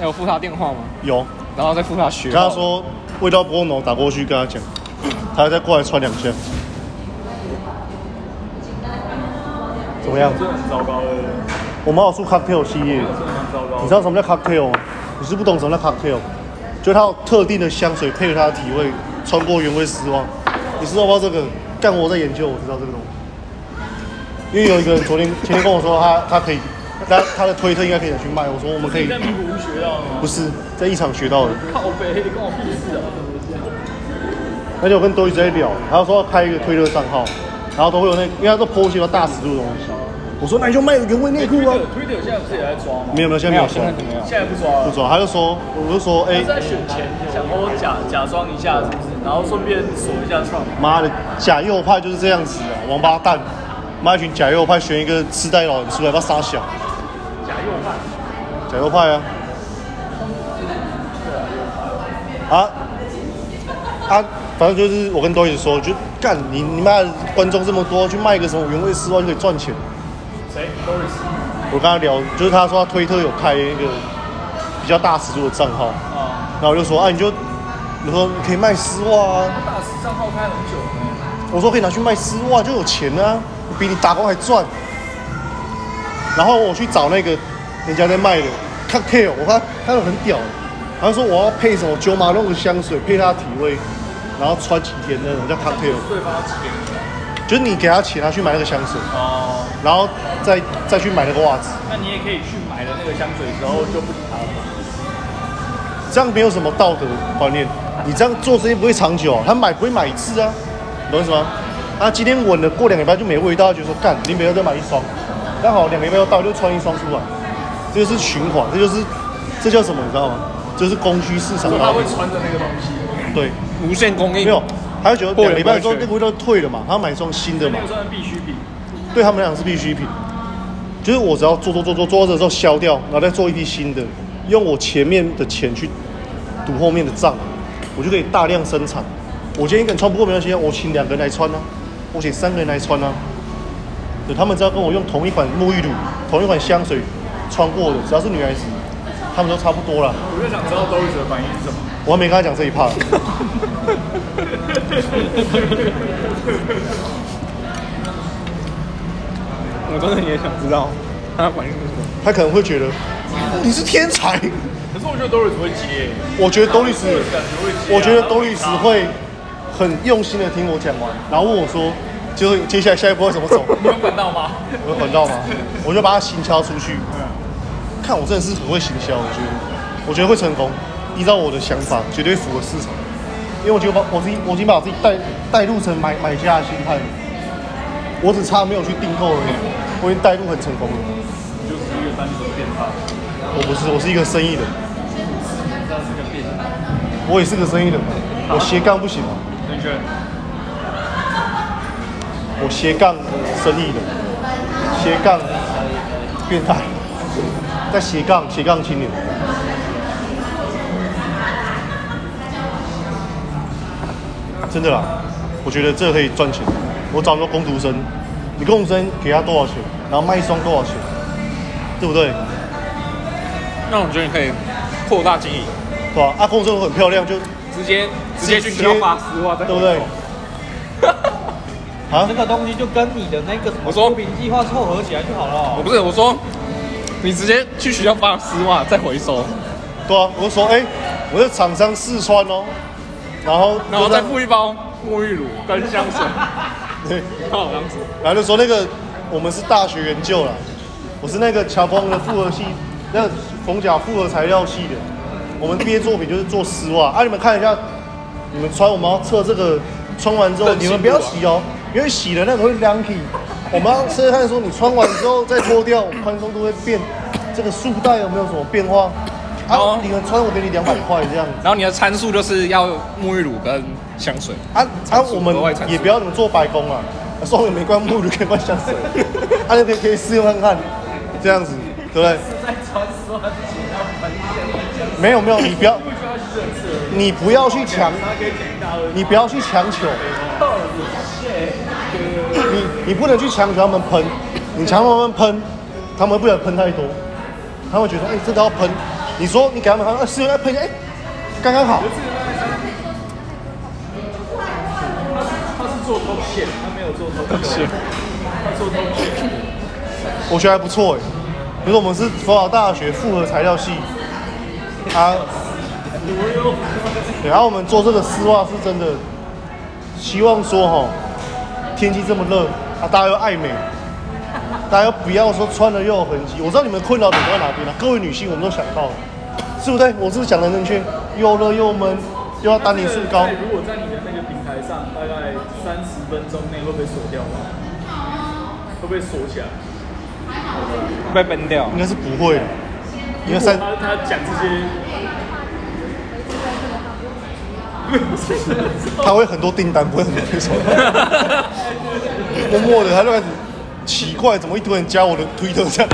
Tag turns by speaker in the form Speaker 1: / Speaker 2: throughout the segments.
Speaker 1: 哎、我付他电话吗？
Speaker 2: 有，
Speaker 1: 然后再付他学
Speaker 2: 跟
Speaker 1: 号。
Speaker 2: 他说味道不够浓，打过去跟他讲，他再过来穿两下。怎么样？
Speaker 3: 这很糟糕的，
Speaker 2: 我们还有出 cocktail 系列，
Speaker 3: 这很糟糕
Speaker 2: 你知道什么叫 cocktail 吗？你是不懂什么叫 cocktail，就它有特定的香水配合它的体味，穿过原味丝袜。你知道不知道这个？干我在研究，我知道这个东西。因为有一个人昨天前天跟我说他他可以，他他的推特应该可以拿去卖。我说我们可以
Speaker 3: 你，在名古屋学到的吗？
Speaker 2: 不是在一场学到的。
Speaker 3: 靠背，关我屁事啊！
Speaker 2: 而且我跟多一直在聊，他说要开一个推特账号，然后都会有那，因为他都剖析到大尺度的东西。我说那你就卖原味内裤啊。
Speaker 3: Twitter 现在不是也在抓吗？
Speaker 2: 没有没有，现在
Speaker 1: 没
Speaker 2: 没有
Speaker 1: 有，
Speaker 2: 抓
Speaker 1: 现，在没有。
Speaker 3: 现在不抓
Speaker 2: 不
Speaker 3: 了。
Speaker 2: 抓。他就说，我就说，哎、
Speaker 3: 他是在选前想说假假装一下，是不是？然后顺便锁一下 Trump。
Speaker 2: 妈的，假右派就是这样子啊，王八蛋！妈一群假右派选一个痴呆老人出来，把他杀小。
Speaker 3: 假右派，
Speaker 2: 假右派啊！啊啊，反正就是我跟多一直说，就干你你妈的观众这么多，去卖个什么原味丝袜就可以赚钱。
Speaker 3: 谁？Doris
Speaker 2: 我跟他聊，就是他说他推特有开一个比较大尺度的账号，
Speaker 3: 啊，
Speaker 2: 然后我就说啊，你就我说可以卖丝袜啊，
Speaker 3: 大时尚号开很久了，
Speaker 2: 我说可以拿去卖丝袜就有钱啊，比你打工还赚。然后我去找那个人家在卖的 cocktail，我看他有很屌，他说我要配什么九马龙的香水，配他的体味，然后穿几天那种叫 cocktail，
Speaker 3: 对方要几点？
Speaker 2: 就是你给他钱，他去买那个香水，
Speaker 3: 哦，
Speaker 2: 然后再再去买那个袜子，
Speaker 3: 那你也可以去买了那个香水之后就不理他了。
Speaker 2: 这样没有什么道德观念，你这样做生意不会长久、啊，他买不会买一次啊，你懂我意思吗？他今天稳了，过两个礼拜就没味道，就说干，你每天再买一双，刚好两个礼拜又到，就穿一双出来，这就是循环，这就是这叫什么，你知道吗？就是供需市场
Speaker 3: 他
Speaker 2: 道
Speaker 3: 会
Speaker 2: 理。
Speaker 3: 穿着那个东西，
Speaker 2: 对，
Speaker 1: 无限供应
Speaker 2: 没有，还有觉得两个礼拜之
Speaker 1: 过
Speaker 2: 后那
Speaker 1: 了
Speaker 2: 个味道退了嘛，他买一双新的嘛
Speaker 3: 那个，算是必需品。
Speaker 2: 对他们来讲是必需品。就是我只要做做做做做的时候消掉，然后再做一批新的，用我前面的钱去赌后面的账，我就可以大量生产。我今天一个人穿不过没关系啊，我请两个人来穿啊，我请三个人来穿啊。对，他们只要跟我用同一款沐浴乳、同一款香水穿过的，只要是女孩子，他们都差不多了。
Speaker 3: 我就想知道 Doris 的反应是什么。
Speaker 2: 我还没跟他讲这一趴。
Speaker 1: 我真的也想知 道他反应是什么。
Speaker 2: 他可能会觉得你是天才。
Speaker 3: 可是我觉得 Doris 会接，
Speaker 2: 我觉得都律师
Speaker 3: Doris 感觉会接啊。
Speaker 2: 我觉得董律师会很用心的听我讲完，然后问我说，就是接下来下一步要怎么走，
Speaker 3: 你有管到 吗？
Speaker 2: 我会管到吗？我就把他行销出去。看我真的是很会行销，我觉得，我觉得会成功。依照我的想法，绝对符合市场，因为我觉得把我自己，我已经把我自己带带入成买买家的心态了，我只差没有去订购而已，我已经带入很成功了。
Speaker 3: 就是一个单纯的变态，
Speaker 2: 我不是，我是一个生意人，
Speaker 3: 那是个变态。
Speaker 2: 我也是个生意人，我斜杠不行吗？
Speaker 3: 那个
Speaker 2: 我斜杠生意的，斜杠变态，在斜杠斜杠青年。真的啦，我觉得这可以赚钱。我找很多工读生，你工读生给他多少钱，然后卖一双多少钱，对不对？
Speaker 1: 那我觉得你可以扩大经营，
Speaker 2: 对吧？啊，工读生很漂亮，就对
Speaker 1: 直接直接去给他发丝袜，对
Speaker 2: 不对？啊
Speaker 4: 这，个东西就跟你的那个什么
Speaker 1: 我说
Speaker 4: 出品计划凑合起来就好
Speaker 1: 我
Speaker 4: 了。
Speaker 1: 哦不是，我说你直接去学校发丝袜再回收，
Speaker 2: 对啊，我就说，哎、我是厂商试穿哦，然后
Speaker 1: 然后
Speaker 2: 就这
Speaker 1: 再
Speaker 2: 样
Speaker 1: 付一包沐浴乳跟香水，
Speaker 2: 对。
Speaker 1: 好，这样子。
Speaker 2: 然后就说那个我们是大学研究啦，我是那个乔峰的复合系，那个冯甲复合材料系的，我们毕业作品就是做丝袜啊，你们看一下，你们穿我们要测这个，穿完之后
Speaker 1: 更
Speaker 2: 你
Speaker 1: 辛苦啊
Speaker 2: 们不要洗哦，因为洗了那个会 lumpy，我们要测试看说你穿完之后再脱掉，宽松度会变，这个束带有没有什么变化？啊
Speaker 1: 哦，
Speaker 2: 你们穿我给你两百块这样子。
Speaker 1: 然后你的参数就是要沐浴乳跟香水，
Speaker 2: 啊啊
Speaker 1: 参，数
Speaker 2: 我们
Speaker 1: 额外参数
Speaker 2: 也不要你们做白工啊，送你们一罐沐浴乳，给罐香 水，啊，那边可以试用看看，这样子，对不对？没有没有，你 不要，你不要去强，你不要去强求，你你不能去强求他们喷，你强求他们喷，他们不能喷太多，他他们觉得说哎、真的要喷，你说你给他们看，哎、是要喷一下，哎、刚刚好。
Speaker 3: 他是做偷线，他没有做偷线，他做偷线。
Speaker 2: 我觉得还不错哎。比如说我们是佛老大学复合材料系，啊，对然后我们做这个丝袜是真的，希望说哈，天气这么热啊，大家又爱美，大家又不要说穿了又有痕迹。我知道你们困扰点在哪边了、啊各位女性我们都想到了，是不对？我是不是讲的正确？又热又闷，又要单宁素高
Speaker 3: 在，如果在你的那个平台上，大概三十分钟内会被锁掉吗？会不会锁起来？
Speaker 1: 被崩掉。
Speaker 2: 应该是不会的，应该三
Speaker 3: 他他讲这些，
Speaker 2: 他会很多订单，不会很多推手。默默的，他就开始奇怪，怎么一堆人加我的推特这样？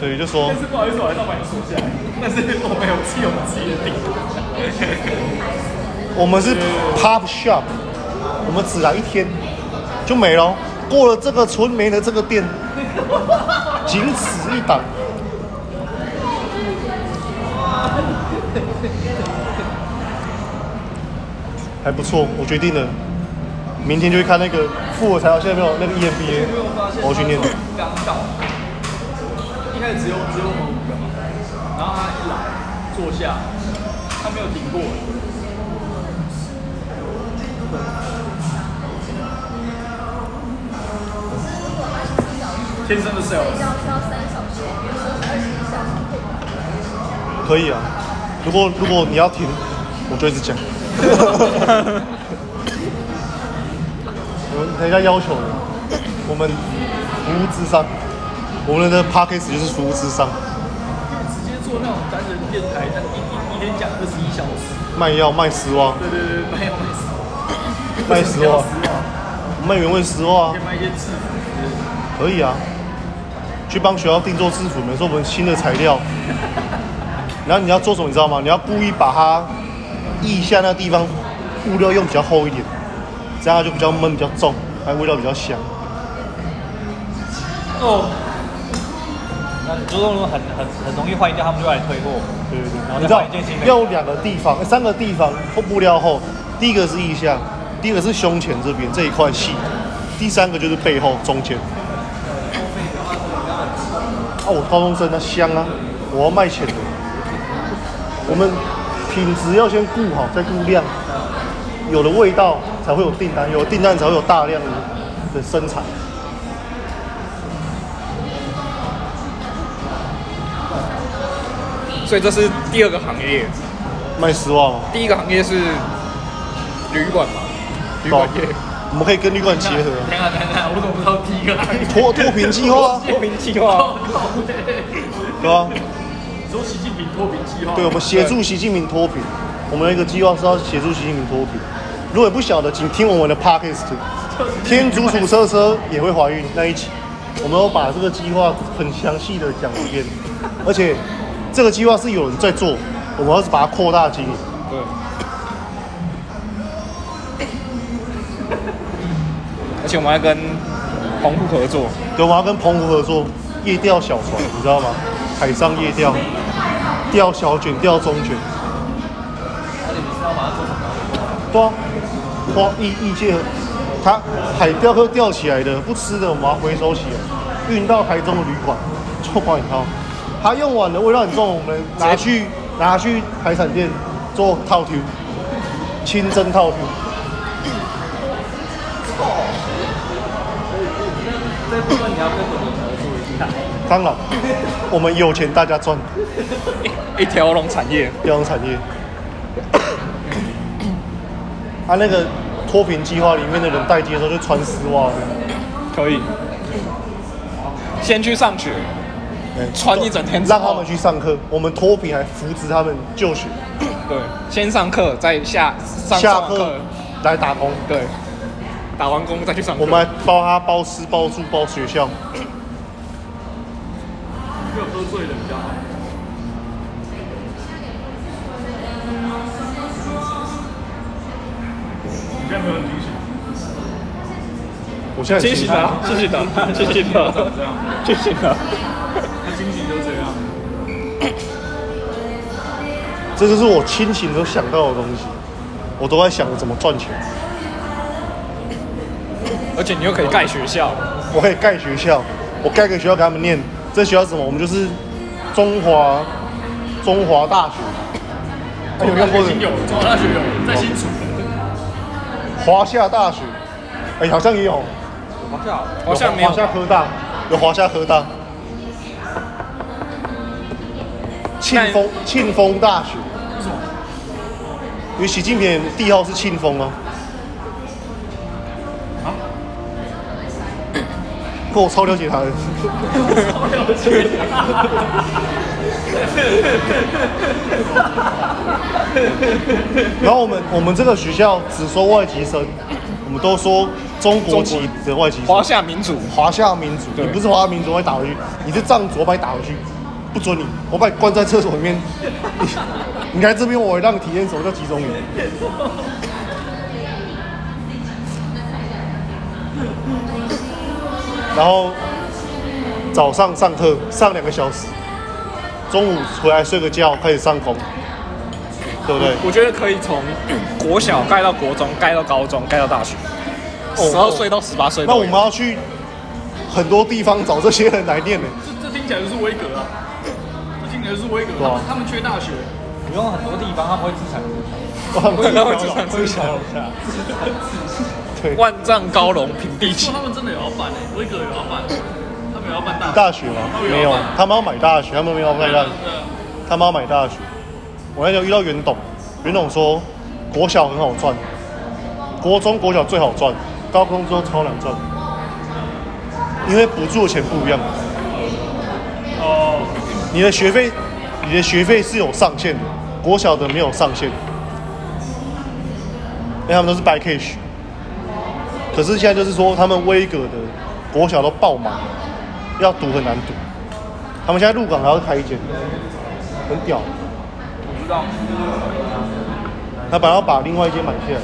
Speaker 2: 对，就说
Speaker 3: 但是不好意思，我还是要把你锁起来。但是我们有自己有自己的定义。
Speaker 2: 我们是 pop shop，我们只来一天就没了哦，过了这个村没了这个店，仅此一档。还不错，我决定了，明天就去看那个复活材料，现在没有那个 E EMBA，我要去念。
Speaker 3: 刚到，一开始只有只有我们五个嘛，然后他一来坐下，他没有停过，天生的 sales，
Speaker 2: 可以啊，如果如果你要停，我就一直讲。 我们人家要求的我们服务至上，我们的 p a c k a g e 就是服务至上，
Speaker 3: 直接做那种单人电台，但一一一天讲二十一小时，
Speaker 2: 卖药卖丝袜，
Speaker 3: 对对对，卖
Speaker 2: 卖
Speaker 3: 卖丝
Speaker 2: 丝袜，卖原味丝袜
Speaker 3: 可
Speaker 2: 啊，
Speaker 3: 以卖一些制服，
Speaker 2: 可以啊。去帮学校定做制服，比如说我们新的材料，然后你要做什么，你知道吗？你要故意把它腋下那地方物料用比较厚一点，这样它就比较闷、比较重，还味道比较香。
Speaker 4: 哦，那你做这种很很很容易换掉，他们就来推货。
Speaker 2: 对对对，
Speaker 4: 然后
Speaker 2: 你
Speaker 4: 再
Speaker 2: 知道
Speaker 4: 换一件新的
Speaker 2: 要有两个地方，呃三个地方布料后，第一个是腋下，第二个是胸前这边这一块细，第三个就是背后中间。啊，我高中生啊，香啊，我要卖钱的。我们品质要先顾好，再顾量，有了味道才会有订单，有了订单才会有大量的生产。
Speaker 1: 所以这是第二个行业，
Speaker 2: 卖哦丝袜吗？
Speaker 1: 第一个行业是旅馆嘛，旅馆业。
Speaker 2: 我们可以跟旅馆结合啊，
Speaker 3: 等一下等一下，我怎么不知道第一个？
Speaker 2: 脱脱贫计划
Speaker 1: 哦
Speaker 2: 啊，
Speaker 4: 脱贫计划，
Speaker 2: 对吧、
Speaker 3: 你说习近平脱贫计划，
Speaker 2: 对，我们协助习近平脱贫，我们有一个计划是要协助习近平脱贫。如果你不晓得，请听我们的 podcast，天竺鼠车车也会怀孕那一集，我们要把这个计划很详细的讲一遍，而且这个计划是有人在做，我们要是把它扩大经营。
Speaker 1: 对。而且我们还跟红户合作，
Speaker 2: 对，我们要跟澎湖合作夜钓小船，你知道吗？海上夜钓，钓小卷，钓中卷。对啊，花异异界，它海钓客钓起来的不吃的，我们要回收起来，运到台中的旅馆做保险套。它用完了，味道很重，我们拿去拿去海产店做套 Q，清蒸套 Q。
Speaker 3: 这部分你要跟我们合作一下。
Speaker 2: 当然，我们有钱大家赚，
Speaker 1: 一条龙产业。
Speaker 2: 电商产业。 他、啊那个脱贫计划里面的人待机的时候就穿丝袜的，
Speaker 1: 可以。先去上学，
Speaker 2: 哎
Speaker 1: 穿一整天之后
Speaker 2: 让他们去上课。我们脱贫还扶持他们就学，
Speaker 1: 对，先上课，再下上
Speaker 2: 下
Speaker 1: 上完
Speaker 2: 课来打工。
Speaker 1: 对，打完工再去上课。
Speaker 2: 我们还包他包吃包住包学校，
Speaker 3: 没有喝醉的比较好。你现在没有很清醒。
Speaker 2: 我现在很
Speaker 1: 惊喜
Speaker 2: 兴奋
Speaker 3: 啊
Speaker 1: 的，惊喜的，惊喜的，惊喜的。
Speaker 3: 他惊喜就这样，
Speaker 2: 这就是我清醒都想到的东西，我都在想着怎么赚钱。
Speaker 1: 而且你又可以盖学校，
Speaker 2: 我可以盖学校，我盖个学校给他们念。这学校是什么？我们就是中华中华大学。啊、有用过
Speaker 3: 已经
Speaker 2: 的
Speaker 3: 有中华大学有，在新竹，
Speaker 2: 华夏大学，哎、好像也有，
Speaker 4: 好笑。
Speaker 1: 好像没有
Speaker 2: 华。夏科大，有华夏科大，庆
Speaker 1: 但
Speaker 2: 丰庆丰大学，因为习近平的地号是庆丰啊。啊？我超了解他 的。然后我们我们这个学校只收外籍生，我们都说中国籍的外籍生。
Speaker 1: 华夏民主，
Speaker 2: 华夏民族，你不是华夏民族，我会打回去；你是藏族，我把你打回去，不准你，我把你关在厕所里面。 你你来这边，我会让你体验什么叫集中营。然后早上上课上两个小时，中午回来睡个觉，开始上空，对不对？
Speaker 1: 我觉得可以从 国小盖到国中，盖到高中，盖到大学，
Speaker 2: 哦
Speaker 1: 十二岁到十八岁都
Speaker 2: 那
Speaker 1: 有。
Speaker 2: 我们要去很多地方找这些人来念呢、
Speaker 3: 这这听起来就是威格啊，这听起来就是威格，
Speaker 2: 对
Speaker 3: 他
Speaker 2: 啊
Speaker 3: 们他们缺大学，
Speaker 4: 不用很多地方，他们会自产自销。
Speaker 1: 对那会自产自销
Speaker 2: 对，
Speaker 1: 万丈高楼平地起
Speaker 3: 说。他们真的有要办哎，威格有要办，他们有要办大学，
Speaker 2: 大学吗？没有，他们要买大学，他们没有买大学，
Speaker 3: 对
Speaker 2: 他们要买大学。我那时候遇到袁董，袁董说国小很好赚，国中国小最好赚，高中之后超难赚，因为补助的钱不一样。
Speaker 3: 哦，
Speaker 2: 你的学费，你的学费是有上限的，国小的没有上限，因为他们都是白 cash。可是现在就是说，他们威格的国小都爆满了，要读很难读。他们现在入港还要开一间，很屌。
Speaker 3: 我知道，
Speaker 2: 他本来要把另外一间买下来，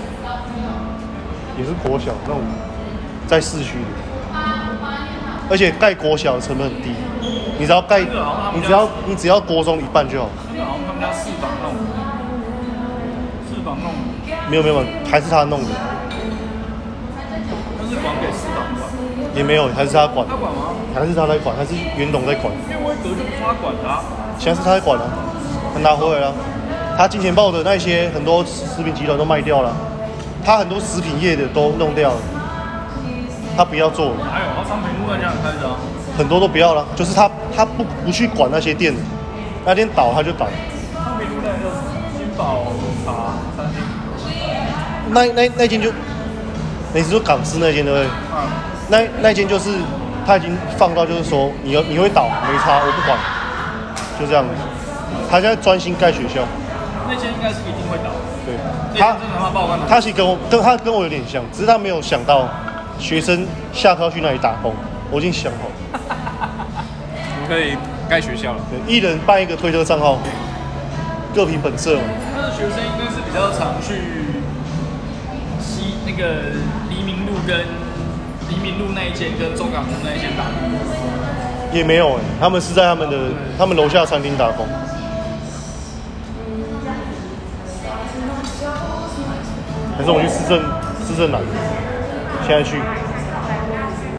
Speaker 2: 也是国小那种，在市区的，而且盖国小的成本很低，你只要盖，你只要你只要国中一半就好。
Speaker 3: 真的好像他们家四房那种，四房那种，
Speaker 2: 没有没有，没有还是他弄的，
Speaker 3: 他是管给四房管，
Speaker 2: 也没有，还是他管
Speaker 3: 他，管吗？
Speaker 2: 还是他在管，还是袁董在管，
Speaker 3: 因为威格就不是他管的啊，
Speaker 2: 现在是他在管了、他拿回来了、他金钱豹的那些很多食品集团都卖掉了，他很多食品业的都弄掉了，他不要做了，
Speaker 3: 还有他商品部在家里开着啊，
Speaker 2: 很多都不要了，就是他他不不去管那些店了，那天倒他就倒，
Speaker 3: 商品部那个金宝茶餐厅，
Speaker 2: 那那那间就，你是说港式那间对不对？
Speaker 3: 啊，
Speaker 2: 那那间就是他已经放到，就是说你要你会倒没差，我不管，就这样子。他现在专心盖学校，
Speaker 3: 那间应该是一定会倒，
Speaker 2: 对
Speaker 3: 那
Speaker 2: 他
Speaker 3: 间真的他妈爆肝的，
Speaker 2: 他其实跟我跟他跟我有点像，只是他没有想到学生下课要去那里打工，我已经想好了，
Speaker 1: 我们可以盖学校了。
Speaker 2: 对，一人办一个推特账号，各凭本哦色嘛。
Speaker 3: 他的学生应该是比较常去西那个黎明路跟黎明路那一间跟中港路那一间打工，
Speaker 2: 也没有哎、他们是在他们的他们楼下餐厅打工。还是我们去市政市政南，现在去。